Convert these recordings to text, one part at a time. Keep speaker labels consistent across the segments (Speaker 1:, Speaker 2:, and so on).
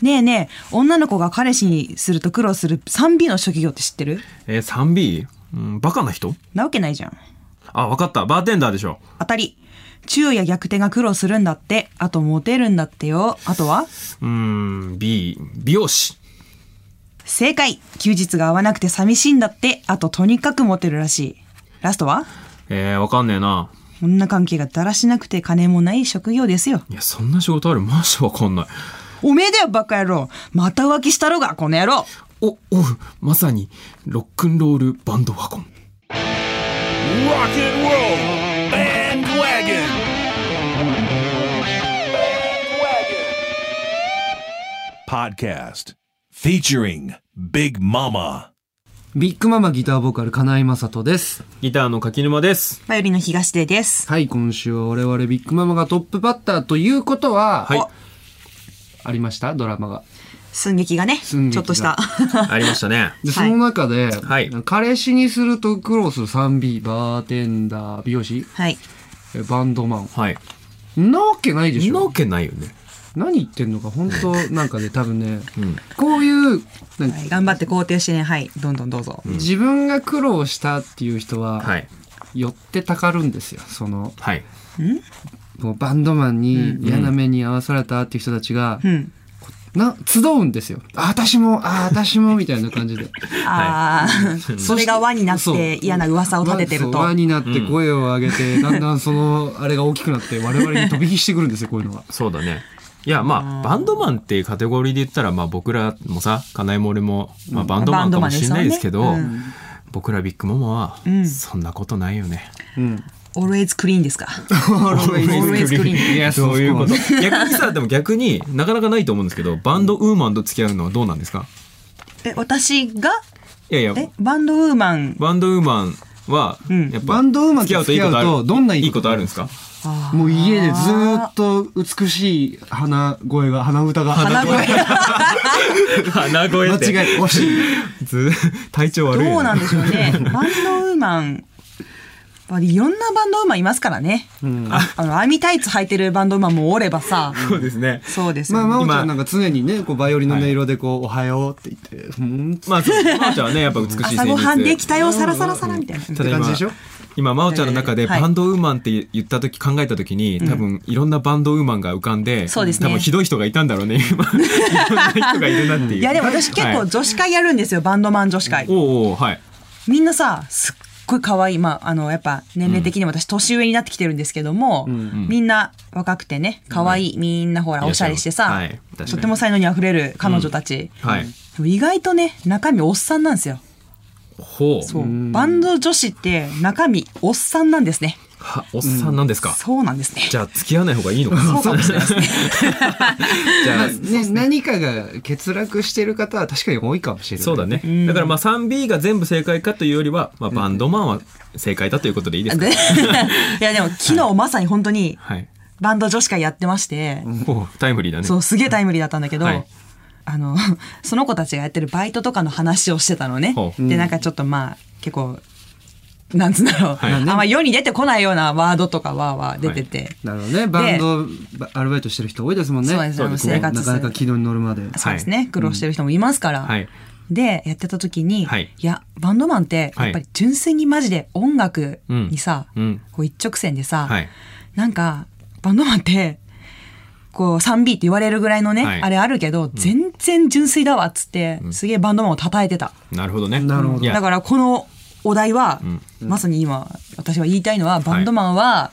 Speaker 1: ねえねえ女の子が彼氏にすると苦労する 3B の職業って知ってる
Speaker 2: えー、3B? うん、バカな人
Speaker 1: なわけないじゃん
Speaker 2: あ、わかった。バーテンダーでしょ。
Speaker 1: 当たり昼夜逆転が苦労するんだってあとモテるんだってよあとは
Speaker 2: うーん、B、美容師。
Speaker 1: 正解休日が合わなくて寂しいんだってあととにかくモテるらしいラストは
Speaker 2: えー、わかんねえな。
Speaker 1: 女関係がだらしなくて金もない職業ですよ
Speaker 2: いや、そんな仕事あるマジわかんない。
Speaker 1: おめえだよバカ野郎また浮気したろがこの野郎
Speaker 2: お、おう、まさに、ロックンロールバンドワゴン。
Speaker 3: Rock and roll bandwagon. Bandwagon. Podcast featuring Big Mama.
Speaker 4: ビッグママギターボーカル金井雅人です。
Speaker 2: ギターの柿沼 です。
Speaker 1: バイオリンの東出です
Speaker 4: はい、今週は我々ビッグママがトップバッターということは、
Speaker 2: はい
Speaker 4: あありましたドラマが。
Speaker 1: 寸劇がね
Speaker 4: 寸劇
Speaker 1: ちょ
Speaker 4: が
Speaker 1: っとした
Speaker 2: ありましたね。
Speaker 4: で、
Speaker 1: はい
Speaker 4: その中で、
Speaker 2: はい
Speaker 4: 彼氏にすると苦労する 3B、バーテンダー、美容師、
Speaker 1: はい
Speaker 4: えバンドマ
Speaker 2: はい。
Speaker 4: ン。なわけないで
Speaker 2: そ
Speaker 4: し
Speaker 2: んなわ
Speaker 4: ょ
Speaker 2: けないよね。
Speaker 4: 何言ってんのか、本当なんかね、多分ね、こういう、なんか
Speaker 1: はい、頑張って肯定してねはいどんどんどうぞ、
Speaker 4: 自分が苦労したっていう人は、
Speaker 2: はい。
Speaker 4: 寄ってたかるんですよ。その、
Speaker 2: はい。
Speaker 4: もうバンドマンに嫌な目に遭わされたっていう人たちが、
Speaker 1: うん、
Speaker 4: な集うんですよ。あ、私も、あ、私も、みたいな感 じで。
Speaker 1: ああ、それが輪になっ
Speaker 4: そう
Speaker 1: て嫌な噂を立ててる
Speaker 4: そ
Speaker 1: と
Speaker 4: う輪になって声を上げて、だんだんその、あれが大きくなって、我々に飛び火してくるんですよ、こういう のが。
Speaker 2: そうだね。いや、まあ、バンドマンっていうカテゴリーで言ったら、まあ僕らもさ、金井も俺も、まあバンドマンかもしれないですけど、
Speaker 1: バンドマンですよ
Speaker 2: 僕らビッグママは、そんなことないよね。
Speaker 4: うん。
Speaker 1: Always clean ですか Always clean
Speaker 4: いや、
Speaker 2: そういうこと
Speaker 4: そ。
Speaker 2: 逆にさ、でも逆になかなかないと思うんですけど、バンドウーマンと付き合うのはどうなんですか
Speaker 1: え私が
Speaker 2: いやいや、
Speaker 1: えバンドウーマン
Speaker 2: バンドウーマンは、やっぱ、
Speaker 4: バンドウーマンと付き合うとどんないい
Speaker 2: い
Speaker 4: こと
Speaker 2: いことあるんですか
Speaker 4: うもう家でずーっと美しい鼻声が、鼻歌が。
Speaker 1: 鼻声
Speaker 2: 鼻声
Speaker 4: 間違えて、惜しい。
Speaker 2: ず体 調
Speaker 1: ど
Speaker 2: 悪いよね
Speaker 1: うなんでしょうねバンドウーマンまあいろんなバンドウーマンいますからね、ああの網タイツ履いてるバンドウーマンもおればさ
Speaker 2: そうですね。
Speaker 1: そうですよ
Speaker 4: まあ、
Speaker 1: ね、
Speaker 4: まおちゃ
Speaker 2: 今
Speaker 4: んなんか常にね、こう、バイオリンの音色で、こう、おはようって言って、ふーん
Speaker 2: まあ、そうまおちゃんはね、やっぱ美しい旋律
Speaker 1: 朝ごはんできたよサラサラサラみたいな、
Speaker 2: ただ
Speaker 4: って感
Speaker 2: 今
Speaker 4: じでしょ
Speaker 2: 今真央ちゃんの中で
Speaker 1: はい
Speaker 2: バンドウーマンって言った時考えた時に多分いろんなバンドウーマンが浮かんで
Speaker 1: そうですね
Speaker 2: 多分ひどい人がいたんだろうね 今いろんな人がいるなっていう
Speaker 1: い
Speaker 2: い
Speaker 1: やでも私結構女子会やるんですよ、バンドマン女子会
Speaker 2: おうおうはい
Speaker 1: みんなさすっごい可愛いまああのやっぱ年齢的にも私年上になってきてるんですけども、みんな若くてね可愛い、みんなほらおしゃれしてさ、
Speaker 2: はい確かに
Speaker 1: とても才能にあふれる彼女たち、
Speaker 2: はい
Speaker 1: でも意外とね中身おっさんなんですよ
Speaker 2: ほう
Speaker 1: そうバンド女子って中身おっさんなんですね
Speaker 2: はおっさんなんですか
Speaker 1: そうなんですね
Speaker 2: じゃあ付き合わない方がいいのかな
Speaker 1: そうかもしれないですね
Speaker 2: じゃあ
Speaker 4: ね、何かが欠落してる方は確かに多いかもしれない。
Speaker 2: そうだねだからまあ 3B が全部正解かというよりはまあバンドマンは正解だということでいいですか
Speaker 1: で いやでも昨日まさに本当に
Speaker 2: はい
Speaker 1: バンド女子会やってまして、
Speaker 2: おうタイムリーだね
Speaker 1: そうすげえタイムリーだったんだけど、
Speaker 2: はい
Speaker 1: あの その子たちがやってるバイトとかの話をしてたのね
Speaker 2: ほ。う
Speaker 1: でなんかちょっとまあ結構なんつうんだろう、
Speaker 2: はい
Speaker 1: あんま世に出てこないようなワードとかはは出てて、
Speaker 4: なるほどね。バンド、ばアルバイトしてる人多いですもんね。
Speaker 1: そうですね
Speaker 4: ね
Speaker 1: 生活
Speaker 4: なかなか軌道に乗るまで。
Speaker 1: そうですね、苦労してる人もいますから。
Speaker 2: はい
Speaker 1: でやってた時に、
Speaker 2: はい
Speaker 1: い、やバンドマンってやっぱり純粋にマジで音楽にさ、
Speaker 2: うんうん
Speaker 1: こう一直線でさ、
Speaker 2: はい
Speaker 1: なんかバンドマンってこう 3B って言われるぐらいのね、
Speaker 2: はい
Speaker 1: あれあるけど、全然純粋だわっつって、すげえバンドマンを叩いてた。
Speaker 2: なるほどね
Speaker 4: なるほど
Speaker 2: いや
Speaker 1: だからこのお題は、まさに今私は言いたいのはバンドマンは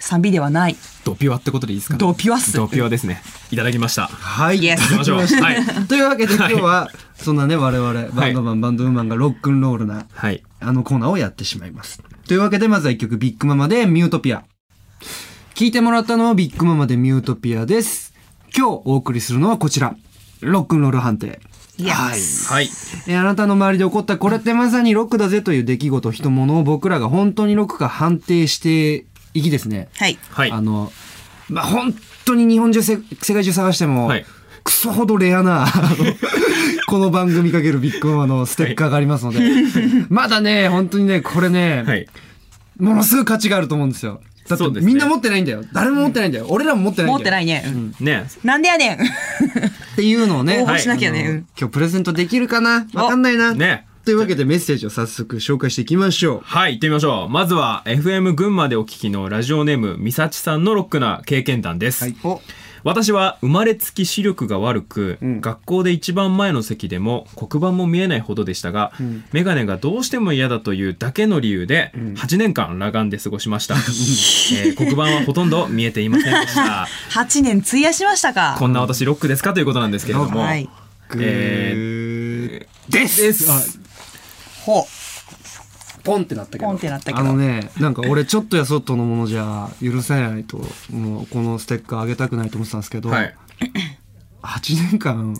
Speaker 1: 3B ではない。
Speaker 2: ドピュアってことでいいですか、ね、
Speaker 1: ドピュアっす
Speaker 2: ドピュアですねいただきました
Speaker 4: はい。
Speaker 1: イエス
Speaker 2: 行きましょうはい、
Speaker 4: というわけで今日は、そんなね、我々、バンドマン、バンドウーマンがロックンロールな、
Speaker 2: はい、
Speaker 4: あのコーナーをやってしまいます。というわけで、まずは一曲、ビッグママでミュートピア。聞いてもらったのはビッグママでミュートピアです。今日お送りするのはこちら。ロックンロール判定。
Speaker 1: イエ
Speaker 4: はい
Speaker 1: ス
Speaker 2: はい、
Speaker 4: えーあなたの周りで起こったこれってまさにロックだぜという出来事、人物を僕らが本当にロックか判定していきですね。
Speaker 1: はい。
Speaker 2: はい
Speaker 4: あの、まあ、本当に日本中せ、世界中探しても、
Speaker 2: はい
Speaker 4: クソほどレア な、あのこの番組かけるビッグママのステッカーがありますので、まだね、本当にね、これね、
Speaker 2: はい、
Speaker 4: ものすごい価値があると思うんですよ。だっ
Speaker 2: そ
Speaker 4: て、
Speaker 2: うですね
Speaker 4: みんな持ってないんだよ。誰も持ってないんだよ。俺らも持ってないんだよ。
Speaker 1: 持ってないね。うん
Speaker 2: ね
Speaker 1: なんでやねん
Speaker 4: っていうのをね、
Speaker 1: 応募しなきゃね
Speaker 4: あの
Speaker 1: うん
Speaker 4: 今日プレゼントできるかなわかんないな。
Speaker 2: ね
Speaker 4: というわけでメッセージを早速紹介していきましょう。
Speaker 2: はい、行ってみましょう。まずは、FM 群馬でお聞きのラジオネーム、みさちさんのロックな経験談です。
Speaker 4: お
Speaker 2: 私は生まれつき視力が悪く、
Speaker 4: ん
Speaker 2: 学校で一番前の席でも黒板も見えないほどでしたが、メガネがどうしても嫌だというだけの理由で、8年間裸眼で過ごしました、えー黒板はほとんど見えていませんでした
Speaker 1: 8年費やしましたか
Speaker 2: こんな私ロックですかということなんですけれども、
Speaker 1: はい
Speaker 4: グ
Speaker 2: え
Speaker 4: ー、
Speaker 2: です
Speaker 4: あ
Speaker 1: ほう
Speaker 4: ポンってなったけど。
Speaker 1: ポンってなったけど
Speaker 4: あのね、なんか俺ちょっとやそっとのものじゃ許せないと、もうこのステッカーあげたくないと思ってたんですけど、
Speaker 2: はい
Speaker 4: 8年間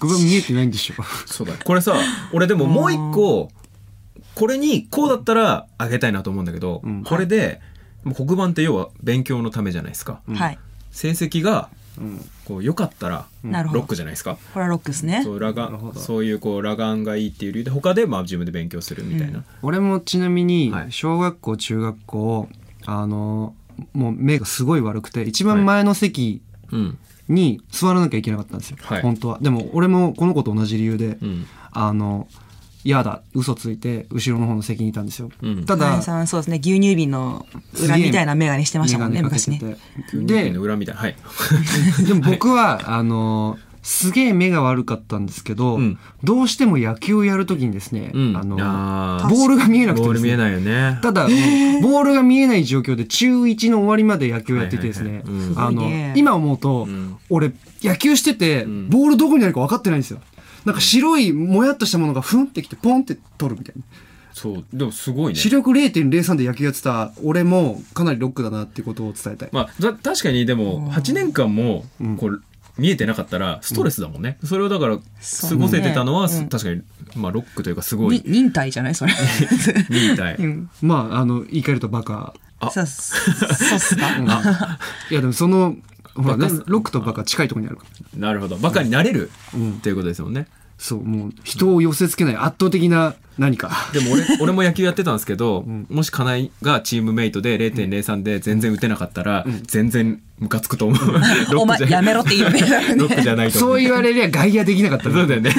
Speaker 4: 黒板見えてないん でしょ。
Speaker 2: そうだこれさ俺でももう一個これにこうだったらあげたいなと思うんだけど、
Speaker 4: ん
Speaker 2: これでもう黒板って要は勉強のためじゃないですか、
Speaker 1: はい
Speaker 2: 成績がこう良かったら
Speaker 1: なるほど
Speaker 2: ロックじゃないですか、
Speaker 1: これはロックですね
Speaker 2: そう裸
Speaker 4: なるほ
Speaker 2: 眼
Speaker 4: ど
Speaker 2: そういうこう裸眼がいいっていう理由で他でまあ自分で勉強するみたいな、
Speaker 4: 俺もちなみに
Speaker 2: はい
Speaker 4: 小学校中学校あのもう目がすごい悪くて一番前の席
Speaker 2: うんうん
Speaker 4: に座らなきゃいけなかったんですよ、
Speaker 2: はい
Speaker 4: 本当はでも俺もこの子と同じ理由で、
Speaker 2: ん
Speaker 4: あの嫌だ嘘ついて後ろの方の席にいたんですよ、
Speaker 2: うん
Speaker 4: た
Speaker 1: 花
Speaker 4: だ
Speaker 1: 井さんそうですね牛乳瓶の
Speaker 4: すげ
Speaker 1: 裏
Speaker 4: え
Speaker 1: みたいな眼鏡してましたもんね
Speaker 4: 眼
Speaker 1: 昔
Speaker 4: 鏡かけ
Speaker 1: ね
Speaker 4: てて
Speaker 2: で
Speaker 4: で
Speaker 2: 裏みたいなはい
Speaker 4: でも僕は、あのすげえ目が悪かったんですけど、
Speaker 2: うん
Speaker 4: どうしても野球をやるときにですね、
Speaker 2: うん
Speaker 4: あ
Speaker 2: あ
Speaker 4: の
Speaker 2: ー
Speaker 4: ボールが見えなくて
Speaker 2: ボー
Speaker 4: で
Speaker 2: ル
Speaker 4: す
Speaker 2: 見
Speaker 4: ね
Speaker 2: えないよね
Speaker 4: ただ、ボールが見えない状況で中1の終わりまで野球をやっててですね
Speaker 2: はいはいはいうん、
Speaker 4: あ
Speaker 1: すご
Speaker 4: の
Speaker 1: いね、
Speaker 4: 今思うと
Speaker 2: ん、
Speaker 4: 俺、野球してて、
Speaker 2: ん
Speaker 4: ボールどこにあるか分かってないんですよ。なんか白いもやっとしたものがふんってきてポンって取るみたいな。
Speaker 2: そうでもすごいね
Speaker 4: 視力0.03で野球やってた俺もかなりロックだなってことを伝えたい。
Speaker 2: まあ、ざ確かにでも8年間もこう、見えてなかったらストレスだもんね、それをだから過ごせてたのは、
Speaker 1: そうねうん
Speaker 2: 確かに、まあ、ロックというかすご
Speaker 1: に
Speaker 2: い
Speaker 1: 忍耐じゃないそれ
Speaker 2: みたい、
Speaker 1: うん
Speaker 4: まあ、あの、言い換えるとバカ。
Speaker 2: あ
Speaker 1: そうそうっすか
Speaker 4: いや、でもその、ほらね
Speaker 2: バカ、
Speaker 4: ロックとバカ近いところにあるから。
Speaker 2: なるほどバカになれるっていうことですもんね、
Speaker 4: そう、もう人を寄せ付けない圧倒的な何か。
Speaker 2: でも俺俺も野球やってたんですけど、もし金井がチームメイトで0.03で全然打てなかったら、全然ムカつくと思 う ロ
Speaker 1: お
Speaker 2: ッ
Speaker 1: 前
Speaker 2: クじゃ
Speaker 1: やめろって言うね
Speaker 2: ロックじゃないと思
Speaker 4: そうう言われりゃ外野できなかった
Speaker 2: そうだよね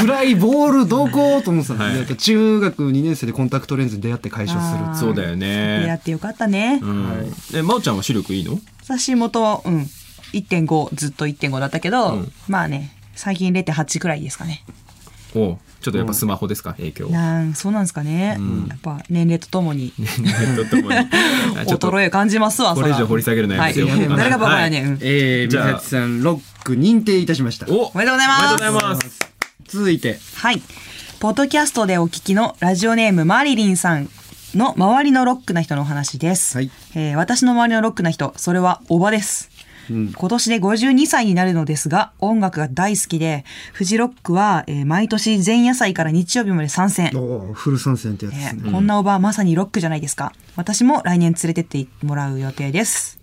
Speaker 4: 暗いボールどこと思ってたんですね
Speaker 2: は
Speaker 4: 中学2年生でコンタクトレンズに出会って解消する
Speaker 1: あー
Speaker 2: そうだよ
Speaker 1: や
Speaker 2: ね
Speaker 1: ってよかったね
Speaker 2: うんえ真央ちゃんは視力いいの
Speaker 1: 私元はうん1.5ずっと1.5だったけど、
Speaker 2: うん
Speaker 1: まあね最近0.8くらいですかね
Speaker 2: おうちょっとやっぱスマホですか影響
Speaker 1: なんそうなんですかね、やっぱ年齢とともに
Speaker 2: とともに ちょっと
Speaker 1: 衰えを感じますわ
Speaker 2: これ以上掘り下げるのやめてよ
Speaker 1: はい、誰がバカやねん、うん
Speaker 4: えー、
Speaker 2: じ
Speaker 4: じ
Speaker 2: ゃあ
Speaker 4: ゃさんロック認定いたしました
Speaker 2: お
Speaker 1: おめでとうございます
Speaker 2: おめでとうございます
Speaker 4: 続いて
Speaker 1: はい。ポッドキャストでお聞きのラジオネームマリリンさんの周りのロックな人のお話です。
Speaker 4: はい
Speaker 1: えー私の周りのロックな人、それはおばです。今年で52歳になるのですが、音楽が大好きで、フジロックは、えー毎年前夜祭から日曜日まで参戦。
Speaker 4: おーフル参戦ってやつで
Speaker 1: え
Speaker 4: すね、
Speaker 1: ーこんなおばはまさにロックじゃないですか。私も来年連れてってもらう予定です。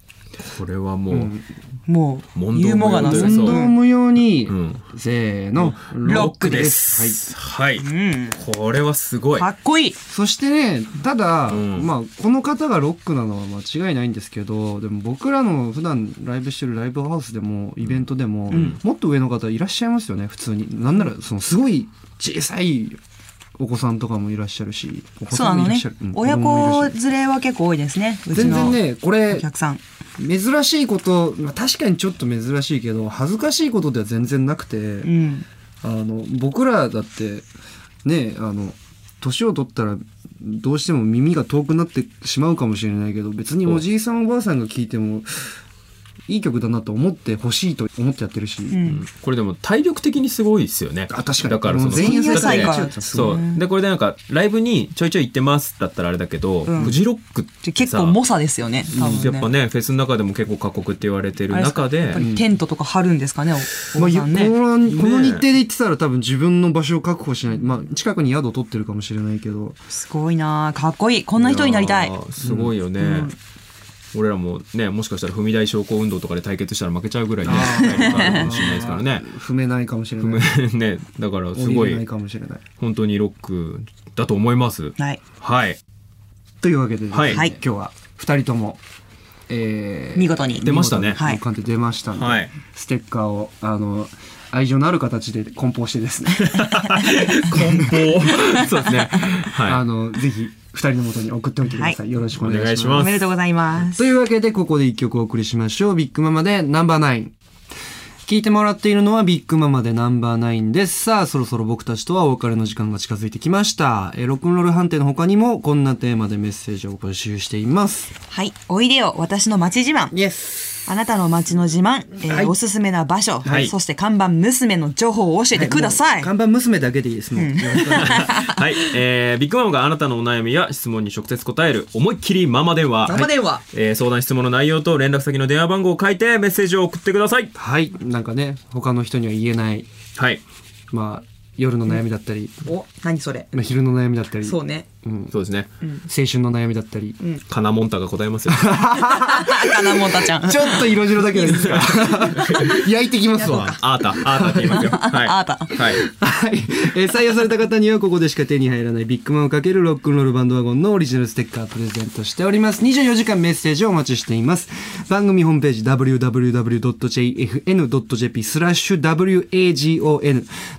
Speaker 2: これはもう、
Speaker 1: もう、
Speaker 2: 問
Speaker 1: ユ
Speaker 2: 答
Speaker 1: ーモ
Speaker 2: 無
Speaker 1: アが
Speaker 2: 用
Speaker 1: なさ。
Speaker 2: という
Speaker 4: 運
Speaker 2: そう
Speaker 4: 動無用に、
Speaker 2: ん
Speaker 4: せーの
Speaker 2: ロックですはい、これはすごい
Speaker 1: かっこいい。
Speaker 4: そしてね、ただ、
Speaker 2: ん
Speaker 4: まあ、この方がロックなのは間違いないんですけど、でも僕らの普段ライブしてるライブハウスでも、イベントでも、もっと上の方いらっしゃいますよね、普通に。なんなら、そのすごい小さいお子さんとかもいらっしゃるし、お子
Speaker 1: そう
Speaker 4: さ
Speaker 1: あ
Speaker 4: んも
Speaker 1: の
Speaker 4: いらっ
Speaker 1: ね
Speaker 4: しゃる。、うん
Speaker 1: 親
Speaker 4: 子供もい
Speaker 1: 子
Speaker 4: らっしゃる
Speaker 1: 連れは結構多いですね。うち
Speaker 4: 全
Speaker 1: の
Speaker 4: 然ね、これ
Speaker 1: お、客さん。
Speaker 4: 珍しいこと、まあ確かにちょっと珍しいけど、恥ずかしいことでは全然なくて、
Speaker 1: うん。
Speaker 4: あの僕らだってねあの年を取ったらどうしても耳が遠くなってしまうかもしれないけど別におじいさんおばあさんが聴いてもいい曲だなと思ってほしいと思ってやってるし、
Speaker 1: うん。
Speaker 2: これでも体力的にすごいですよね。
Speaker 4: あ確かに
Speaker 2: だからその
Speaker 4: もう前
Speaker 1: 夜祭から
Speaker 2: だってそう。で、これでなんか、ライブにちょいちょい行ってますだったらあれだけど、
Speaker 1: ん
Speaker 2: フジロックっ
Speaker 1: じゃあ
Speaker 2: てさ
Speaker 1: 結構猛者ですよね、多分ね。
Speaker 2: やっぱね、フェスの中でも結構過酷って言われてる
Speaker 1: あれす
Speaker 2: 中
Speaker 1: かやっ
Speaker 2: で
Speaker 1: ぱ、りテントとか張るんですかね、おお
Speaker 4: まあ
Speaker 1: ば
Speaker 4: ゆ
Speaker 1: さ
Speaker 4: こ
Speaker 1: んね。
Speaker 4: のこの
Speaker 2: ね
Speaker 4: 日程で行ってたら多分自分の場所を確保しない、まあ、近くに宿を取ってるかもしれないけど
Speaker 1: すごいなあかっこいい。こんな人になりたい。
Speaker 2: やーすごいよね。俺らもね、もしかしたら踏み台昇降運動とかで対決したら負けちゃうぐらいね、体力あるかもしれないですからね。
Speaker 4: 踏めないかもしれない
Speaker 2: ね、だからす
Speaker 4: 降
Speaker 2: ご
Speaker 4: りれない
Speaker 2: い、
Speaker 4: かもしれない
Speaker 2: 本当にロックだと思います。
Speaker 1: はい。
Speaker 2: はい。
Speaker 4: というわけでですね、
Speaker 2: はい
Speaker 1: はい
Speaker 4: 今日は2人ともえー
Speaker 1: 見事に
Speaker 2: 出ましたね
Speaker 1: はい
Speaker 4: 見事に鑑定出ましたんで、
Speaker 2: はい
Speaker 4: ステッカーをあの愛情のある形で梱包してですね、
Speaker 2: 梱包。 そうですね。
Speaker 4: あ
Speaker 2: は
Speaker 4: のぜひ二人の元に送っておいてください、
Speaker 1: は
Speaker 4: よろしくお願
Speaker 2: お
Speaker 4: いし
Speaker 2: 願
Speaker 4: ま
Speaker 2: い
Speaker 4: す
Speaker 2: しま
Speaker 1: おめでとうございます
Speaker 4: というわけでここで一曲お送りしましょうビッグママでナンバーナイン聞いてもらっているのはビッグママでナンバーナインです。さあ、そろそろ僕たちとはお別れの時間が近づいてきました。えーロックンロール判定の他にも、こんなテーマでメッセージを募集しています。
Speaker 1: はいおいでよ私の街自慢
Speaker 4: イエス
Speaker 1: あなたの街の自慢、えー
Speaker 4: はい
Speaker 1: おすすめな場所、
Speaker 2: はい
Speaker 1: そして看板娘の情報を教えてください、
Speaker 4: 看板娘だけでいいですもん。よろしくお願いしま
Speaker 2: い。
Speaker 4: す
Speaker 2: はい。えー、ビッグマムがあなたのお悩みや質問に直接答える、思いっきりママ電話。
Speaker 1: 生電話、
Speaker 2: えー相談質問の内容と連絡先の電話番号を書いてメッセージを送ってください。
Speaker 4: はい、なんかね、他の人には言えない、
Speaker 2: はい。
Speaker 4: まあ、夜の悩みだったり、
Speaker 1: お何それ
Speaker 4: まあ昼の悩みだったり、
Speaker 1: そうね
Speaker 4: うん、
Speaker 2: そうですね。
Speaker 4: 青春の悩みだったり、
Speaker 2: カナモンタが答えますよ。
Speaker 1: かなもたちゃん
Speaker 4: ちょっと色白だけどいいですか 焼いてきますわ。
Speaker 2: アータ、アータって言いますよ。はい。
Speaker 1: アータ
Speaker 2: はい。
Speaker 4: はい、えー採用された方にはここでしか手に入らないビッグマンをかけるロックンロールバンドワゴンのオリジナルステッカープレゼントしております24時間メッセージをお待ちしています番組ホームページ www.jfn.jp スラッシュ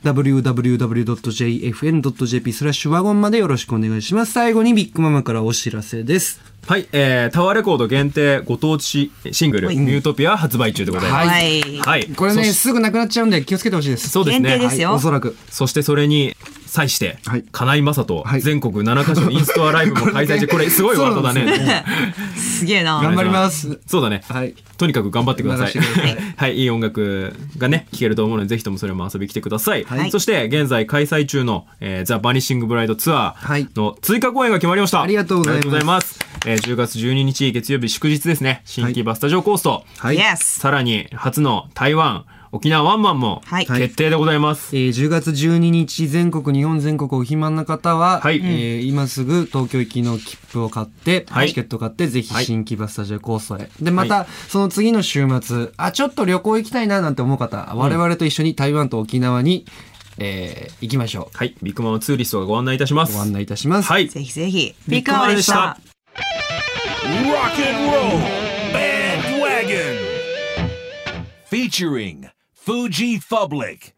Speaker 4: wagon www.jfn.jp スラッシュワゴンまでよろしくお願いします最後にビッグママからお知らせです
Speaker 2: はい、えー、タワーレコード限定ご当地シングル、ニュートピア発売中でございます。
Speaker 1: は、
Speaker 4: はい
Speaker 2: はい。
Speaker 4: これ
Speaker 2: そ
Speaker 4: ね
Speaker 2: し
Speaker 4: すぐなくなっちゃうんで気をつけてほしいです
Speaker 2: そうです
Speaker 1: 限定
Speaker 2: ね
Speaker 1: で。すよ
Speaker 4: はいおそらく
Speaker 2: そしてそれに際して、
Speaker 4: はい
Speaker 2: 金井雅人、
Speaker 4: はい
Speaker 2: 全国7カ所インストアライブも開催中、これすごいワードだ
Speaker 4: そうなんです
Speaker 2: ね。
Speaker 1: すげえな
Speaker 4: 頑張ります
Speaker 2: そうだね。
Speaker 4: はい
Speaker 2: とにかく頑張ってください。
Speaker 4: 流してください
Speaker 2: はい、いい音楽がね、聴けると思うので、ぜひともそれも遊びに来てください。
Speaker 1: い
Speaker 2: そして、現在開催中の、えー、ザ・バニシング・ブライドツア
Speaker 4: はい
Speaker 2: ーの追加公演が決まりました。
Speaker 4: ありがとうございます
Speaker 2: ありすえー10月12日月曜日祝日ですね。新規バスタジオコースト。
Speaker 4: はい、
Speaker 1: Yes
Speaker 2: さらに、初の台湾、沖縄ワンマンも
Speaker 1: はい
Speaker 2: 決定でございます。
Speaker 4: えー10月12日全国日本全国お暇な方は、
Speaker 2: はい
Speaker 4: えー今すぐ東京行きの切符を買って、
Speaker 2: はい
Speaker 4: チケットを買ってぜひ
Speaker 2: はい
Speaker 4: 新木場スタジオコーストへでまた、その次の週末あちょっと旅行行きたいななんて思う方我々と一緒に台湾と沖縄に、えー行きましょう
Speaker 2: はい、ビッグママツーリストがご案内いたします。
Speaker 4: ご案内いたします、
Speaker 2: はい。
Speaker 1: ぜひぜひ
Speaker 2: ビ
Speaker 1: ビ
Speaker 2: ッ
Speaker 1: ッ
Speaker 2: グ
Speaker 1: グマ
Speaker 2: ママ
Speaker 1: マ
Speaker 2: で
Speaker 1: で
Speaker 2: し
Speaker 1: したた
Speaker 3: Rock and Roll Bandwagon. Featuring Fuji Public.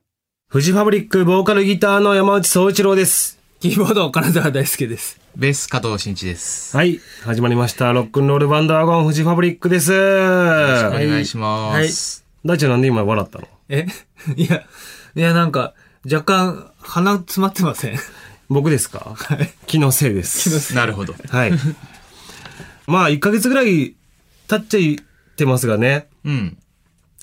Speaker 5: 富士ファブリックボーカルギターの山内総一郎です。キーボード金沢大輔です。
Speaker 6: ベース加藤慎一です。
Speaker 5: はい。始まりました。ロックンロールバンドワゴン富士ファブリックです。
Speaker 6: お
Speaker 5: お
Speaker 6: 願いします。
Speaker 5: す。大ちゃんなんで今笑ったの
Speaker 7: え いや、いや、なんか、若干、鼻詰まってません
Speaker 5: 僕ですかはい。気のせいです。
Speaker 6: なるほど。
Speaker 5: はい。 まあ、1ヶ月ぐらい経っちゃってますがね。
Speaker 6: うん。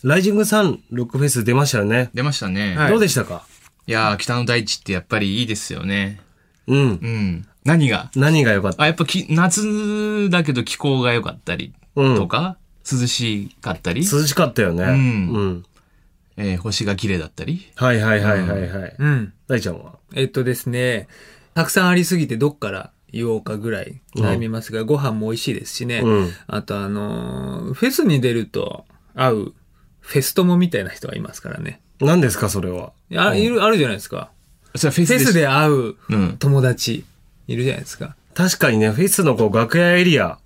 Speaker 5: ライジングサンロックフェス出ましたよね。
Speaker 6: 出ましたね。
Speaker 5: どうでしたか
Speaker 6: いやー、北の大地ってやっぱりいいですよね。
Speaker 5: うん
Speaker 6: う。ん。何が
Speaker 5: 何が良かった
Speaker 6: あ、やっぱき、夏だけど気候が良かったり
Speaker 5: うん
Speaker 6: とか、涼しかったり、
Speaker 5: 涼しかったよね。
Speaker 6: ん
Speaker 5: うん。
Speaker 6: えー星が綺麗だったり。
Speaker 5: はいはいはいはいはい。
Speaker 7: うん。
Speaker 5: 大ちゃんは
Speaker 7: えっとですね、たくさんありすぎてどっから言おうかぐらい悩みますが、ご飯も美味しいですしね。
Speaker 5: うん
Speaker 7: あとあのーフェスに出ると合う、フェス友みたいな人がいますからね。
Speaker 5: 何ですかそれは。
Speaker 7: あ、いる、あるじゃないですか。
Speaker 6: それはフェ
Speaker 7: フェ
Speaker 6: ス
Speaker 7: ス
Speaker 6: で
Speaker 7: で会う
Speaker 6: うん
Speaker 7: 友達、いるじゃないですか。
Speaker 5: 確かにね、フェスのこう楽屋エリア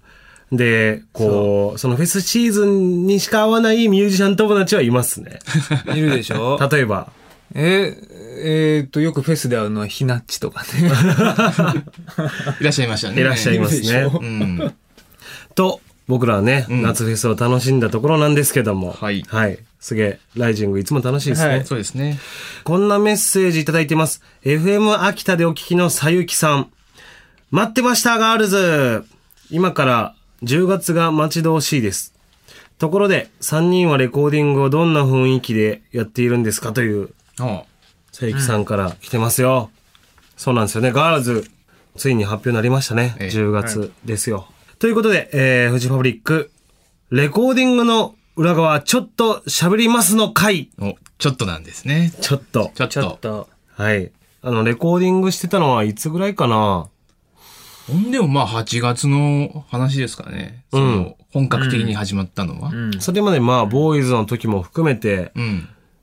Speaker 5: で、こう、そのフェスシーズンにしか会わないミュージシャン友達はいますね。
Speaker 7: いるでしょ
Speaker 5: 例えば、
Speaker 7: ええーっと、よくフェスで会うのはひなっちとかね。
Speaker 6: いらっしゃいましたね。
Speaker 5: いらっしゃいます
Speaker 7: いる
Speaker 5: ね
Speaker 7: でし。ょ
Speaker 6: うん。
Speaker 5: と、僕らはね、
Speaker 6: ん
Speaker 5: 夏フェスを楽しんだところなんですけども。
Speaker 6: はい
Speaker 5: はい。すげえ、ライジングいつも楽しいですね。
Speaker 7: はい
Speaker 6: そうですね。
Speaker 5: こんなメッセージいただいてます。FM 秋田でお聞きのさゆきさん。待ってました、ガールズ今から10月が待ち遠しいです。ところで、3人はレコーディングをどんな雰囲気でやっているんですかという、
Speaker 6: あ
Speaker 5: さゆきさんから来てますよ。そうなんですよね、ガールズ。ついに発表になりましたね。
Speaker 6: ええ
Speaker 5: 10月ですよ。ということで、えー、フジファブリック、レコーディングの裏側、ちょっと喋りますの回。
Speaker 6: お、ちょっとなんですね。
Speaker 5: ちょっと。
Speaker 6: ちょっと。
Speaker 7: と。
Speaker 5: はい。あの、レコーディングしてたのはいつぐらいかな
Speaker 6: ほんでもまあ8月の話ですからね。その、本格的に始まったのは。うん。
Speaker 5: それまでまあ、ボーイズの時も含めて、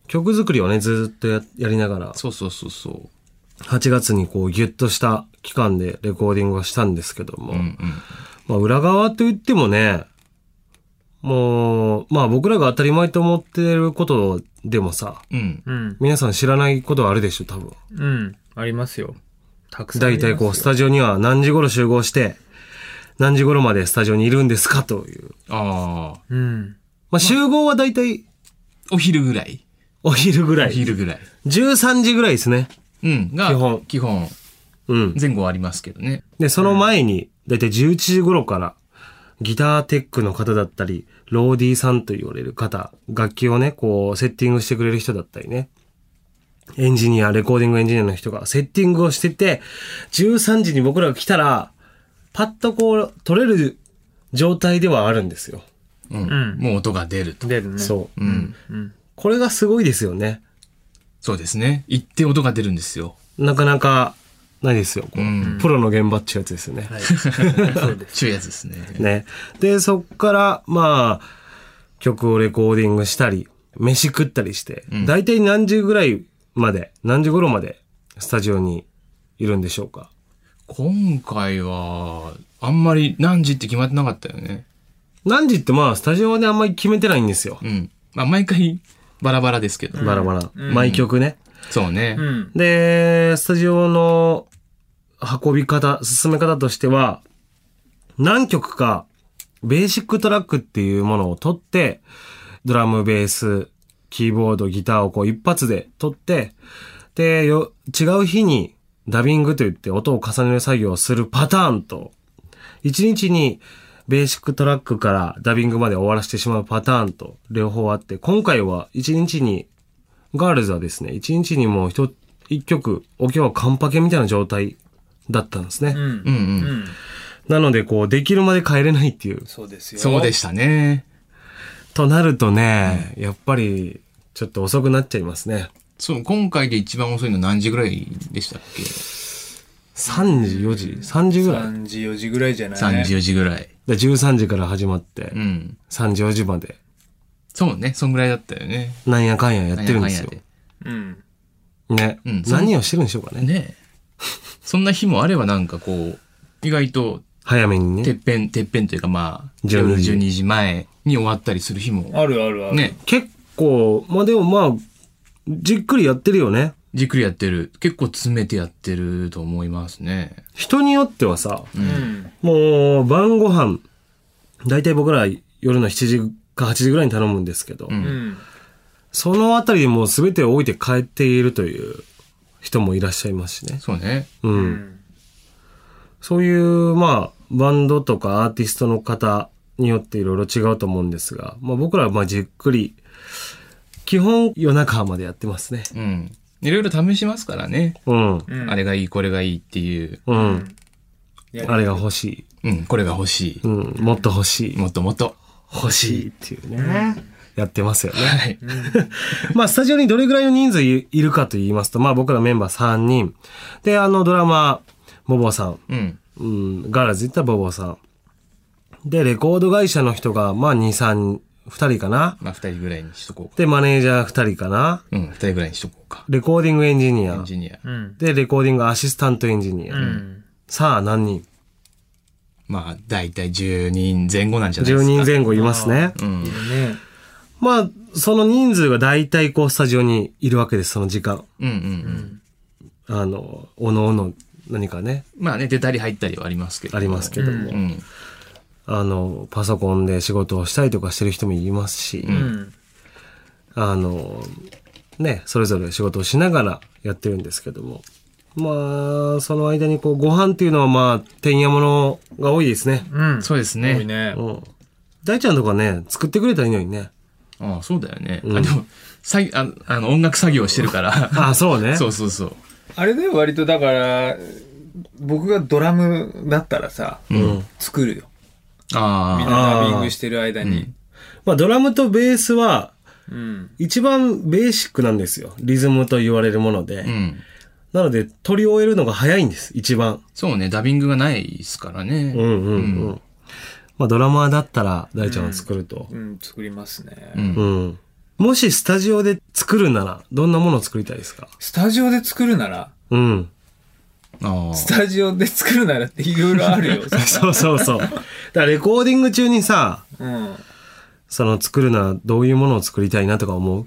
Speaker 5: 曲作りをね、ずっとややりながら、
Speaker 6: そうそうそうそう。
Speaker 5: 8月にこう、ギュッとした期間でレコーディングをしたんですけども、
Speaker 6: うんうん。
Speaker 5: まあ、裏側と言ってもね、もう、まあ僕らが当たり前と思ってることでもさ、
Speaker 6: うん。
Speaker 7: うん。
Speaker 5: 皆さん知らないことはあるでしょ、多分。
Speaker 7: うん。ありますよ。たくさんあり
Speaker 5: 大
Speaker 7: ますよ。
Speaker 5: 体こう、スタジオには何時頃集合して、何時頃までスタジオにいるんですかという。
Speaker 6: ああ。
Speaker 7: うん。
Speaker 5: まあ集合は大体
Speaker 6: お昼ぐらい。
Speaker 5: お昼ぐら
Speaker 6: お
Speaker 5: い。
Speaker 6: 昼ぐらい。
Speaker 5: 13時ぐらいですね。
Speaker 6: うん。が、
Speaker 5: 基本
Speaker 6: 基本、
Speaker 5: うん。
Speaker 6: 前後ありますけどね。
Speaker 5: で、その前に、だいたい11時頃から、ギターテックの方だったり、ローディーさんと言われる方、楽器をね、こう、セッティングしてくれる人だったりね、エンジニア、レコーディングエンジニアの人がセッティングをしてて、13時に僕らが来たら、パッとこう、取れる状態ではあるんですよ。
Speaker 6: うん。
Speaker 7: ん
Speaker 6: もう音が出ると。
Speaker 7: 出るね。
Speaker 5: そう。
Speaker 6: うん。
Speaker 5: これがすごいですよね。
Speaker 6: そうですね。行って音が出るんですよ。
Speaker 5: なかなか、ないですよ。こう
Speaker 6: うん
Speaker 5: プロの現場っていうやつですよね。
Speaker 7: そうです。
Speaker 6: ちゅうやつですね。
Speaker 5: ね。で、そっから、まあ、曲をレコーディングしたり、飯食ったりして、
Speaker 6: うん
Speaker 5: 大体何時ぐらいまで、何時頃まで、スタジオにいるんでしょうか。
Speaker 6: 今回は、あんまり何時って決まってなかったよね。
Speaker 5: 何時ってまあ、スタジオであんまり決めてないんですよ
Speaker 6: う。ん。まあ、毎回、バラバラですけど。
Speaker 5: バラバラ。毎曲ね。
Speaker 6: そうね。
Speaker 7: うん。
Speaker 5: で、スタジオの運び方、進め方としては、何曲か、ベーシックトラックっていうものを取って、ドラム、ベース、キーボード、ギターをこう一発で取って、で、よ違う日にダビングといって音を重ねる作業をするパターンと、一日にベーシックトラックからダビングまで終わらせてしまうパターンと両方あって、今回は一日にガールズはですね、一日にもう一、一曲、お経はカンパケみたいな状態だったんですね。
Speaker 7: うん
Speaker 6: う。んうん。
Speaker 7: うん。
Speaker 5: なので、こう、できるまで帰れないっていう。
Speaker 7: そうですよ。
Speaker 6: そうでしたね。
Speaker 5: となるとね、やっぱり、ちょっと遅くなっちゃいますね。
Speaker 6: そう、今回で一番遅いの何時ぐらいでしたっけ
Speaker 5: 3時、4時、3時ぐらい。
Speaker 7: 3時、4時ぐらいじゃない
Speaker 6: ?3 時、4時ぐらい。
Speaker 5: で13時から始まって
Speaker 6: う、ん。
Speaker 5: 3時、4時まで、
Speaker 6: そうね。そんぐらいだったよね。
Speaker 5: なんやかんややってるんですよ
Speaker 6: なん。や
Speaker 7: うん。
Speaker 5: ね
Speaker 6: うん。
Speaker 5: 何をしてるんでしょうか
Speaker 6: かんや
Speaker 5: ね。
Speaker 6: でねえそんな日もあればなんかこう、意外と、
Speaker 5: 早めに
Speaker 6: てっ
Speaker 5: ね。
Speaker 6: ぺん、てっぺんというかまあ、
Speaker 5: 12
Speaker 6: 夜
Speaker 5: 時
Speaker 6: 12時前に終わったりする日も。
Speaker 7: あるあるある。。
Speaker 6: ね。
Speaker 5: 結構、まあでもまあ、じっくりやってるよね。
Speaker 6: じっくりやってる。結構詰めてやってると思いますね。
Speaker 5: 人によってはさ、
Speaker 7: うん。
Speaker 5: もう、晩ご飯、だいたい僕ら夜の7時か8時ぐらいに頼むんですけど、
Speaker 6: ん
Speaker 7: うん。
Speaker 5: そのあたりでもう全てを置いて帰っているという人もいらっしゃいますしね。
Speaker 6: そうね。
Speaker 5: うん。
Speaker 7: うん。
Speaker 5: そういう、まあ、バンドとかアーティストの方によっていろいろ違うと思うんですが、まあ僕らはまあじっくり、基本夜中までやってますね。
Speaker 6: うん。いろいろ試しますからね。
Speaker 5: うん。
Speaker 7: うん
Speaker 6: あれがいい、これがいいっていう。
Speaker 5: うん。
Speaker 7: や
Speaker 5: あれが欲し
Speaker 6: うん、これが欲し
Speaker 5: い。うん。もっと欲し
Speaker 6: い。
Speaker 5: い。
Speaker 6: もっともっと。
Speaker 5: 欲しいっていうね。やってますよね。
Speaker 6: はい。
Speaker 5: まあ、スタジオにどれぐらいの人数いいるかと言いますと、まあ僕らメンバー3人。で、あの、ドラマー、ボボさん。
Speaker 6: うん。
Speaker 5: うん、ガラズ行ったボボさん。で、レコード会社の人が、まあ2、3、2人かな。
Speaker 6: まあ、二人ぐらいにしとこうか。
Speaker 5: で、マネージャー2人かな。
Speaker 6: うん、二人ぐらいにしとこうか。
Speaker 5: レコーディングエンジニ
Speaker 6: エ
Speaker 5: ア
Speaker 6: ン。ジニア。
Speaker 7: うん。
Speaker 5: で、レコーディングアシスタントエンジニア。
Speaker 7: うん。
Speaker 5: さあ、何人
Speaker 6: まあ、だいたい10人前後なんじゃないで
Speaker 5: ?10
Speaker 6: すか。
Speaker 5: 人前後いますね。
Speaker 6: うん。
Speaker 7: ね
Speaker 5: まあ、その人数が大体こう、スタジオにいるわけです、その時間。
Speaker 6: うんうんうん。
Speaker 5: あの、おのおの、何かね、
Speaker 6: まあね、出たり入ったりはありますけど。
Speaker 5: ありますけども。
Speaker 6: うん。
Speaker 5: あの、パソコンで仕事をしたりとかしてる人もいますし、
Speaker 7: うん。
Speaker 5: あの、ね、それぞれ仕事をしながらやってるんですけども。まあ、その間にこう、ご飯っていうのはまあ、てんやものが多いですね。
Speaker 7: うん。
Speaker 6: そうです
Speaker 7: 多い
Speaker 6: ね。
Speaker 7: ね
Speaker 5: う。ん。大ちゃんとかね、作ってくれたらいいのにね。
Speaker 6: ああ、そうだよね。
Speaker 5: ん
Speaker 6: あ、でも、さいああの、音楽作業してるから。
Speaker 5: あ、そうね。
Speaker 6: そうそうそう。
Speaker 7: あれだよ、割とだから、僕がドラムだったらさ、作るよ。みん
Speaker 6: ああ。
Speaker 7: なダビングしてる間に。
Speaker 5: まあ、ドラムとベースは、
Speaker 7: うん。
Speaker 5: 一番ベーシックなんですよ。リズムと言われるもので。
Speaker 6: うん。
Speaker 5: なので、取り終えるのが早いんです、一番。
Speaker 6: そうね、ダビングがないですからね。
Speaker 5: うんうんうん。まあ、ドラマーだったら、大ちゃんは作ると。
Speaker 7: うん、作りますね。
Speaker 6: うん
Speaker 5: うん。もしスタジオで作るなら、どんなものを作りたいですか
Speaker 7: スタジオで作るなら、
Speaker 5: うん。
Speaker 6: ああ。
Speaker 7: スタジオで作るならっていろいろあるよ。
Speaker 5: そうそうそう。だからレコーディング中にさ、
Speaker 7: うん。
Speaker 5: その作るならどういうものを作りたいなとか思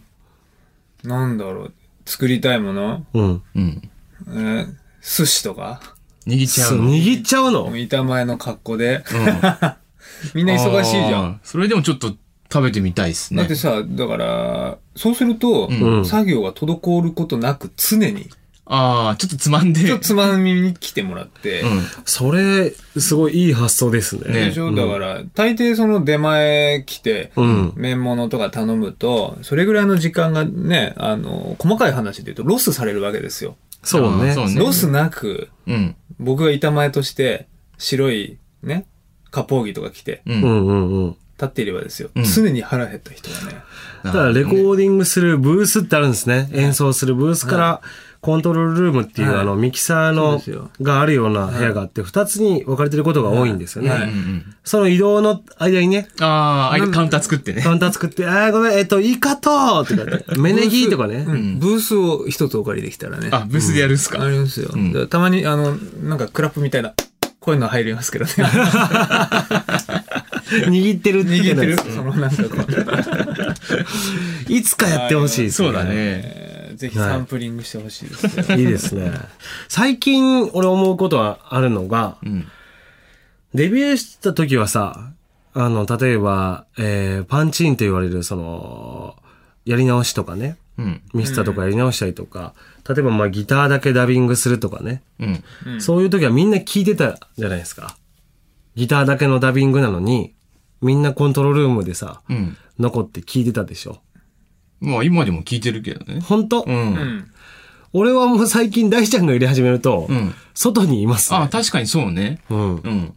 Speaker 5: う
Speaker 7: なんだろう。作りたいもの
Speaker 5: うん。
Speaker 6: うん。
Speaker 7: えー寿司とか
Speaker 6: 握っちゃうの。
Speaker 5: 握っちゃうの
Speaker 7: 板前の格好で。 みんな忙しいじゃ
Speaker 6: あ
Speaker 7: ん。
Speaker 6: ー。それでもちょっと食べてみたいです
Speaker 7: だ
Speaker 6: ね。
Speaker 7: ってさ、だから、そうすると、
Speaker 5: うん
Speaker 7: 作業が滞ることなく常に、
Speaker 6: ああ、ちょっとつまんで。
Speaker 7: ちょっとつまみに来てもらって、
Speaker 6: うん。
Speaker 5: それ、すごいいい発想ですね。
Speaker 7: でしょ、だから、大抵その出前来て、
Speaker 5: うん。
Speaker 7: 麺物とか頼むと、それぐらいの時間がね、あの、細かい話で言うとロスされるわけですよ。
Speaker 5: そう
Speaker 6: あ
Speaker 5: ね
Speaker 6: ー。そうね
Speaker 7: ロスなく、
Speaker 6: うん。
Speaker 7: 僕が板前として、白いね、割烹着とか着て、
Speaker 6: う。
Speaker 5: うんんうんうん。
Speaker 7: 立っていればですよ、
Speaker 6: うん
Speaker 7: 常に腹減った人がね、
Speaker 5: だからレコーディングするブースってあるんですね。演奏するブースからコントロールルームっていう、
Speaker 7: はい
Speaker 5: あのミキサー
Speaker 7: そう
Speaker 5: の
Speaker 7: ですよ
Speaker 5: があるような部屋があって、二つに分かれてることが多いんですよね。
Speaker 7: はい
Speaker 6: うんうん
Speaker 5: その移動の間にね、
Speaker 6: ああ、あれカウンター作ってね。
Speaker 5: カウンター作って、あーごめん、えっと、イカと、とかって、メネギとかね。
Speaker 7: ブースを一つお借りできたらね。
Speaker 6: あ、ブースでやるっすか。
Speaker 7: ありますよ。
Speaker 6: ん
Speaker 7: だからたまに、あの、なんかクラップみたいな、こういうの入りま すけどね。
Speaker 5: 握ってるって
Speaker 7: 握っ
Speaker 5: 言
Speaker 7: て
Speaker 5: うの
Speaker 7: る
Speaker 5: は
Speaker 7: そのなんかこ う、
Speaker 5: いつかやってほしいですね
Speaker 6: そうだね。
Speaker 7: えーぜひサンプリングしてほしいですよ。
Speaker 5: いいですね。 最近、俺思うことはあるのが、
Speaker 6: ん
Speaker 5: デビューした時はさ、あの、例えば、えーパンチーンと言われる、その、やり直しとかね、
Speaker 6: うん。
Speaker 5: ミスターとかやり直したりとか、例えばまあギターだけダビングするとかね、
Speaker 6: うん。
Speaker 5: そういう時はみんな聞いてたじゃないですか。ギターだけのダビングなのに、みんなコントロールルームでさ、
Speaker 6: うん。
Speaker 5: 残って聞いてたでしょ。
Speaker 6: まあ今でも聞いてるけどね。
Speaker 5: 本当、
Speaker 6: うん。
Speaker 7: うん。
Speaker 5: 俺はもう最近大ちゃんが入れ始めると、
Speaker 6: うん
Speaker 5: 外にいます、ね。
Speaker 6: あ、確かにそうね。
Speaker 5: うん。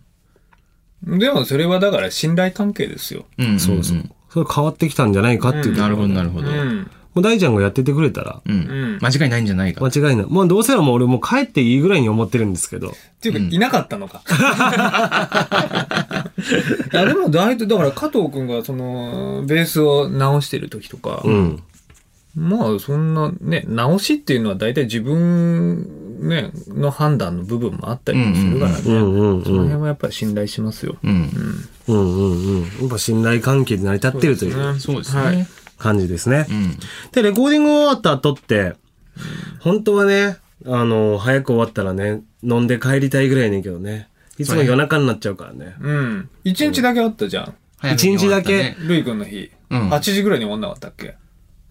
Speaker 6: うん。
Speaker 7: でもそれはだから信頼関係ですよ。
Speaker 6: うん。そうそう。
Speaker 5: それ変わってきたんじゃないかっていう。
Speaker 6: なるほど、なるほ
Speaker 7: う
Speaker 6: ど。
Speaker 7: ん。
Speaker 5: もう大ちゃんがやっててくれたら、
Speaker 6: うん。間違いないんじゃないか。
Speaker 5: 間違いない。まあどうせはもう俺もう帰っていいぐらいに思ってるんですけど。
Speaker 7: っていうか、いなかったのか。いや、でも大体、だから加藤くんがその、ベースを直してる時とか、
Speaker 5: うん。
Speaker 7: まあそんなね、直しっていうのは大体自分、ね、の判断の部分もあったりもするからね。
Speaker 5: うんうん
Speaker 7: その辺はやっぱり信頼しますよ。
Speaker 6: うん。
Speaker 5: うんうんうん。やっぱ信頼関係で成り立ってるという
Speaker 6: そうです
Speaker 7: は
Speaker 6: ね
Speaker 7: い。
Speaker 5: 感じですね。
Speaker 6: うん。
Speaker 5: で、レコーディング終わった後って、本当はね、あの、早く終わったらね、飲んで帰りたいぐらいねんけどね。いつも夜中になっちゃうからね。
Speaker 7: うん。一日だけあったじゃん。
Speaker 6: 早く
Speaker 5: 一日だけ
Speaker 6: 終わったね。
Speaker 7: ルイ君の日。
Speaker 6: うん
Speaker 7: 8時ぐらいに終わんなかったっけ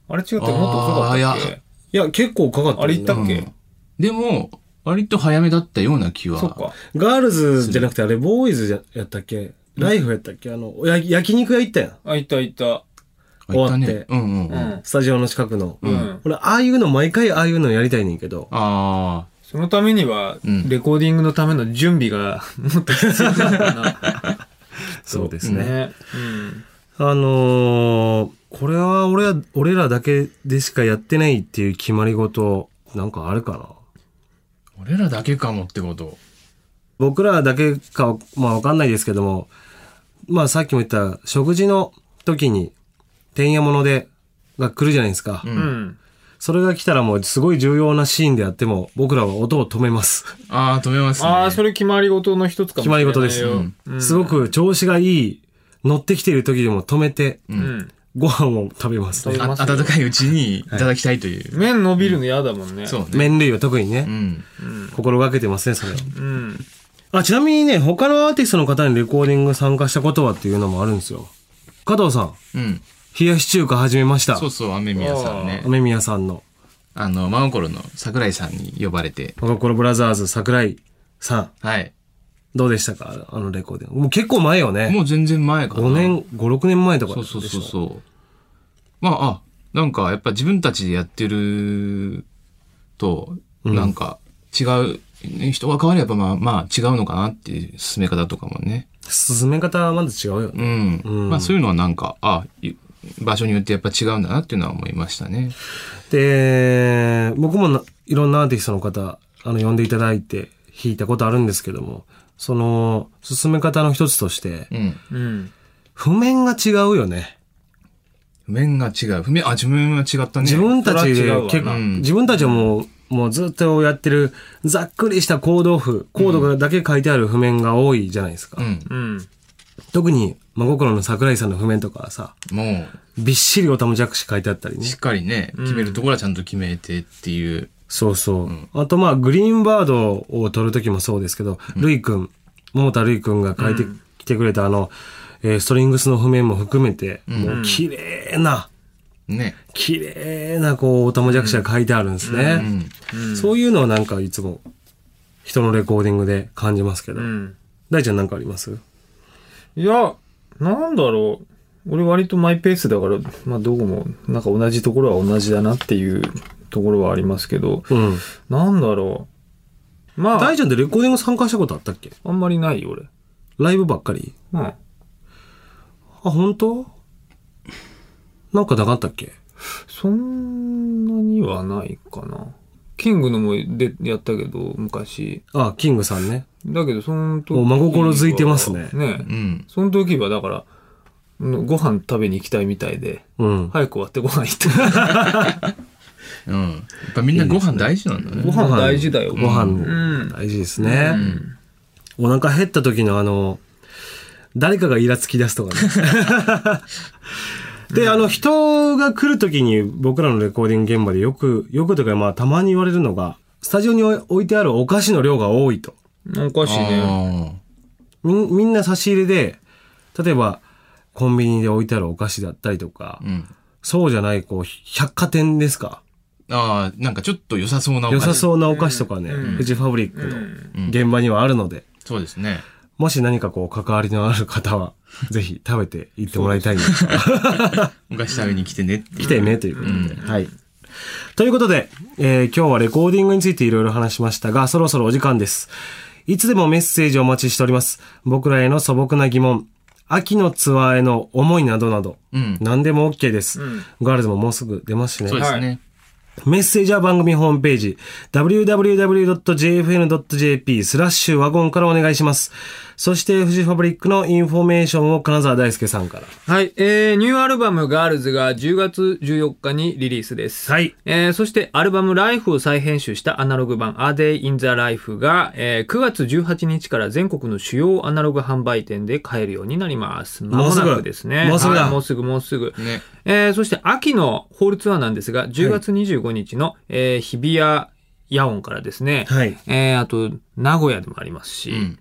Speaker 7: あれ違ったもっと遅かったっ
Speaker 6: あーい
Speaker 7: け
Speaker 5: いや、結構かかった
Speaker 7: あ
Speaker 5: よね
Speaker 7: れ行ったっけ、
Speaker 6: うんでも、割と早めだったような気は。
Speaker 7: そっか。
Speaker 5: ガールズじゃなくてあれ、ボーイズじゃやったっけライフやったっけあの、や焼肉屋行ったやん。
Speaker 7: あ、行った行った。
Speaker 6: あ。行った
Speaker 5: 終わっ
Speaker 6: ね。
Speaker 5: て
Speaker 6: うんうん
Speaker 7: う
Speaker 6: うん。
Speaker 7: ん。
Speaker 5: スタジオの近くの。
Speaker 7: うん。
Speaker 5: 俺、ああいうの、毎回ああいうのやりたいねんけど。
Speaker 6: あ
Speaker 7: そのためには、
Speaker 6: うん
Speaker 7: レコーディングのための準備が もっと必要なのかな。
Speaker 5: そうですね。
Speaker 7: ね。うん。
Speaker 5: あのー、これは俺は、俺らだけでしかやってないっていう決まり事、なんかあるかな
Speaker 6: あ。俺らだけかもってこと。
Speaker 5: 僕らだけか、まあわかんないですけども、まあさっきも言った、食事の時に、てんやもので、が来るじゃないですか。
Speaker 7: うん。
Speaker 5: それが来たらもうすごい重要なシーンであっても、僕らは音を止めます。
Speaker 6: ああ、止めますね。
Speaker 7: ああ、それ決まり事の一つかもし
Speaker 5: 決
Speaker 7: れ
Speaker 5: ま
Speaker 7: ない
Speaker 5: り
Speaker 7: よ。
Speaker 5: 事です。
Speaker 7: うん
Speaker 5: すごく調子がいい、乗ってきている時でも止めて、
Speaker 7: うん。
Speaker 5: ご飯を食べますね。
Speaker 6: あ温かいうちにいただきたいという。
Speaker 7: 麺伸びるの嫌だもんね。
Speaker 6: そうね。
Speaker 5: 麺類は特にね、
Speaker 6: うん。
Speaker 5: 心がけてますね、それは。
Speaker 7: うん。
Speaker 5: あ、ちなみにね、他のアーティストの方にレコーディング参加したことはっていうのもあるんですよ。加藤さん、
Speaker 6: うん。
Speaker 5: 冷やし中華始めました。
Speaker 6: そうそう、雨宮さんね。
Speaker 5: 雨宮さんの、
Speaker 6: あの、真心の桜井さんに呼ばれて。
Speaker 5: 真心ブラザーズ桜井さん、
Speaker 6: はい。
Speaker 5: どうでしたかあのレコーディング。もう結構前よね。
Speaker 6: もう全然前かな。
Speaker 5: 5年、5、6年前とか
Speaker 6: そ
Speaker 5: で
Speaker 6: う
Speaker 5: し
Speaker 6: そ
Speaker 5: ょ
Speaker 6: うそうそう。まあ、あ、なんかやっぱ自分たちでやってると、なんか違う、ね人が変わればまあ、まあ違うのかなっていう進め方とかもね。
Speaker 5: 進め方はまだ違うよね。
Speaker 6: うん。まあそういうのはなんか、あ、い場所によってやっぱ違うんだなっていうのは思いましたね。
Speaker 5: で、僕もないろんなアーティストの方、あの、呼んでいただいて弾いたことあるんですけども、その、進め方の一つとして、
Speaker 6: うん。
Speaker 7: うん。
Speaker 5: 譜面が違うよね。
Speaker 6: 譜面が違う。譜面、あ、自分は違ったね。
Speaker 5: 自分たち
Speaker 7: それ
Speaker 5: で
Speaker 7: は違うわな
Speaker 5: 結構、
Speaker 6: うん
Speaker 5: 自分たちはもう、もうずっとやってる、ざっくりしたコード譜、コードがだけ書いてある譜面が多いじゃないですか。
Speaker 6: うん。
Speaker 7: うん。
Speaker 5: 特に、真心の桜井さんの譜面とかはさ、
Speaker 6: も
Speaker 5: びっしりオタムジャクシ書いてあったり
Speaker 6: う、
Speaker 5: ね
Speaker 6: し。っかりね、決めるところはちゃんと決めてっていう。
Speaker 5: そうそう。あとまあ、グリーンバードを撮るときもそうですけど、ルイくん、桃田ルイくんが書いてきてくれたあの、えーストリングスの譜面も含めて、もう綺麗な、
Speaker 6: ね。
Speaker 5: 綺麗なこう、オタマジャクシが書いてあるんですね。そういうのはなんかいつも、人のレコーディングで感じますけど。
Speaker 7: うん。
Speaker 5: 大ちゃんなんかあります
Speaker 7: いや、なんだろう。俺割とマイペースだから、まあどこも、なんか同じところは同じだなっていうところはありますけど、
Speaker 5: うん。
Speaker 7: なんだろう。まあ
Speaker 5: 大、ちゃんってレコーディング参加したことあったっけ
Speaker 7: あんまりないよ、俺。
Speaker 5: ライブばっかり
Speaker 7: うん。
Speaker 5: あ、本当なんかなかったっけ
Speaker 7: そんなにはないかな。キングのもでやったけど、昔。
Speaker 5: あ、キングさんね。
Speaker 7: だけど、その時
Speaker 5: もう真心づいてますね
Speaker 7: ね
Speaker 6: う。ん。
Speaker 7: その時は、だから、うんご飯食べに行きたいみたいで、
Speaker 5: うん。
Speaker 7: 早く終わってご飯行 った。
Speaker 6: うん。やっぱみんなご飯大事なんだね。
Speaker 7: ご飯大事だよ。
Speaker 5: ご飯、
Speaker 7: ん
Speaker 5: 大事ですね、お腹減った時のあの、誰かがイラつき出すとかね。で、あの、人が来る時に僕らのレコーディング現場でよく、よくというか、まあ、たまに言われるのが、スタジオに置いてあるお菓子の量が多いと。
Speaker 7: おかしいね。
Speaker 5: みん、みんな差し入れで、例えば、コンビニで置いてあるお菓子だったりとか、
Speaker 6: あーうん。
Speaker 5: そうじゃない、こう、百貨店ですか。
Speaker 6: ああ、なんかちょっと良さそうなお
Speaker 5: 良
Speaker 6: 菓子
Speaker 5: さそうなお菓子とかね、フジファブリックの現場にはあるので、
Speaker 6: そうですね。
Speaker 5: もし何かこう関わりのある方 は、ぜひ食べて行ってもらいたいなと
Speaker 6: お菓子食べに来てねってい
Speaker 5: 来
Speaker 6: う。
Speaker 5: てねということで、はい。ということで、えー今日はレコーディングについていろいろ話しましたが、そろそろお時間です。いつでもメッセージをお待ちしております。僕らへの素朴な疑問、秋のツアーへの思いなどなど、
Speaker 6: うん
Speaker 5: 何でも OK です、ガールズももうすぐ出ますしね。
Speaker 6: そうですね。
Speaker 5: メッセージは番組ホームページ、www.jfn.jp スラッシュワゴンからお願いします。そして、富士ファブリックのインフォメーションを金沢大輔さんから。
Speaker 7: はい。えー、ニューアルバムガールズが10月14日にリリースです。
Speaker 5: はい
Speaker 7: えー、そしてアルバムライフを再編集したアナログ版 A Day in the Life が、えー、9月18日から全国の主要アナログ販売店で買えるようになります。まもなくですね。
Speaker 5: もうすぐ
Speaker 7: はい
Speaker 5: だ
Speaker 7: もうすぐ、もうすぐ。
Speaker 6: ね
Speaker 7: えー、そして秋のホールツアーなんですが、10月25日の、えー日比谷野音からですね。
Speaker 5: はい
Speaker 7: えー、あと、名古屋でもありますし、
Speaker 6: ん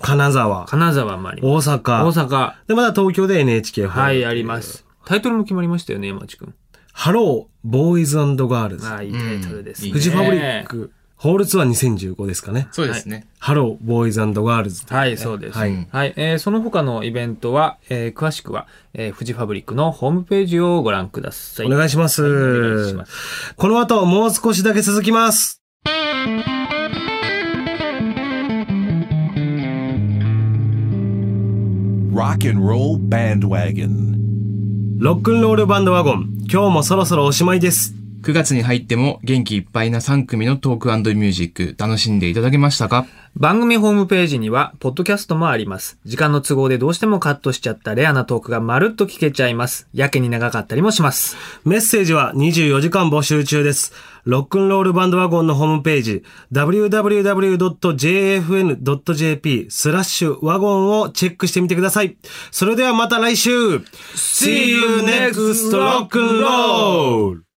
Speaker 5: 金沢、
Speaker 7: 金沢もあり
Speaker 5: 大
Speaker 7: ます。
Speaker 5: 阪。
Speaker 7: 大阪
Speaker 5: で、まだ東京で NHK ホール
Speaker 7: はい、あります。タイトルも決まりましたよね、山地君。
Speaker 5: ハロー、ボーイズガールズ。
Speaker 7: ああ、いいタイトルですね。
Speaker 5: 富士ファブリック、ホールツアー2015ですかね。
Speaker 6: そうですね。
Speaker 5: ハロー、ボーイズガールズ。
Speaker 7: はい、そうです。
Speaker 5: は
Speaker 7: はいい。えーその他のイベントは、えー詳しくは、えー、富士ファブリックのホームページをご覧ください。
Speaker 5: お願いします。
Speaker 7: お願いします
Speaker 5: この後、もう少しだけ続きます。
Speaker 3: Rock and Roll Bandwagon.
Speaker 5: ロックンロールバンドワゴン。今日もそろそろおしまいです。
Speaker 6: 9月に入っても元気いっぱいな3組のトークミュージック楽しんでいただけましたか
Speaker 7: 番組ホームページには、ポッドキャストもあります。時間の都合でどうしてもカットしちゃったレアなトークがまるっと聞けちゃいます。やけに長かったりもします。
Speaker 5: メッセージは24時間募集中です。ロックンロールバンドワゴンのホームページ、www.jfn.jp スラッシュワゴンをチェックしてみてください。それではまた来週 !See you next rock and roll!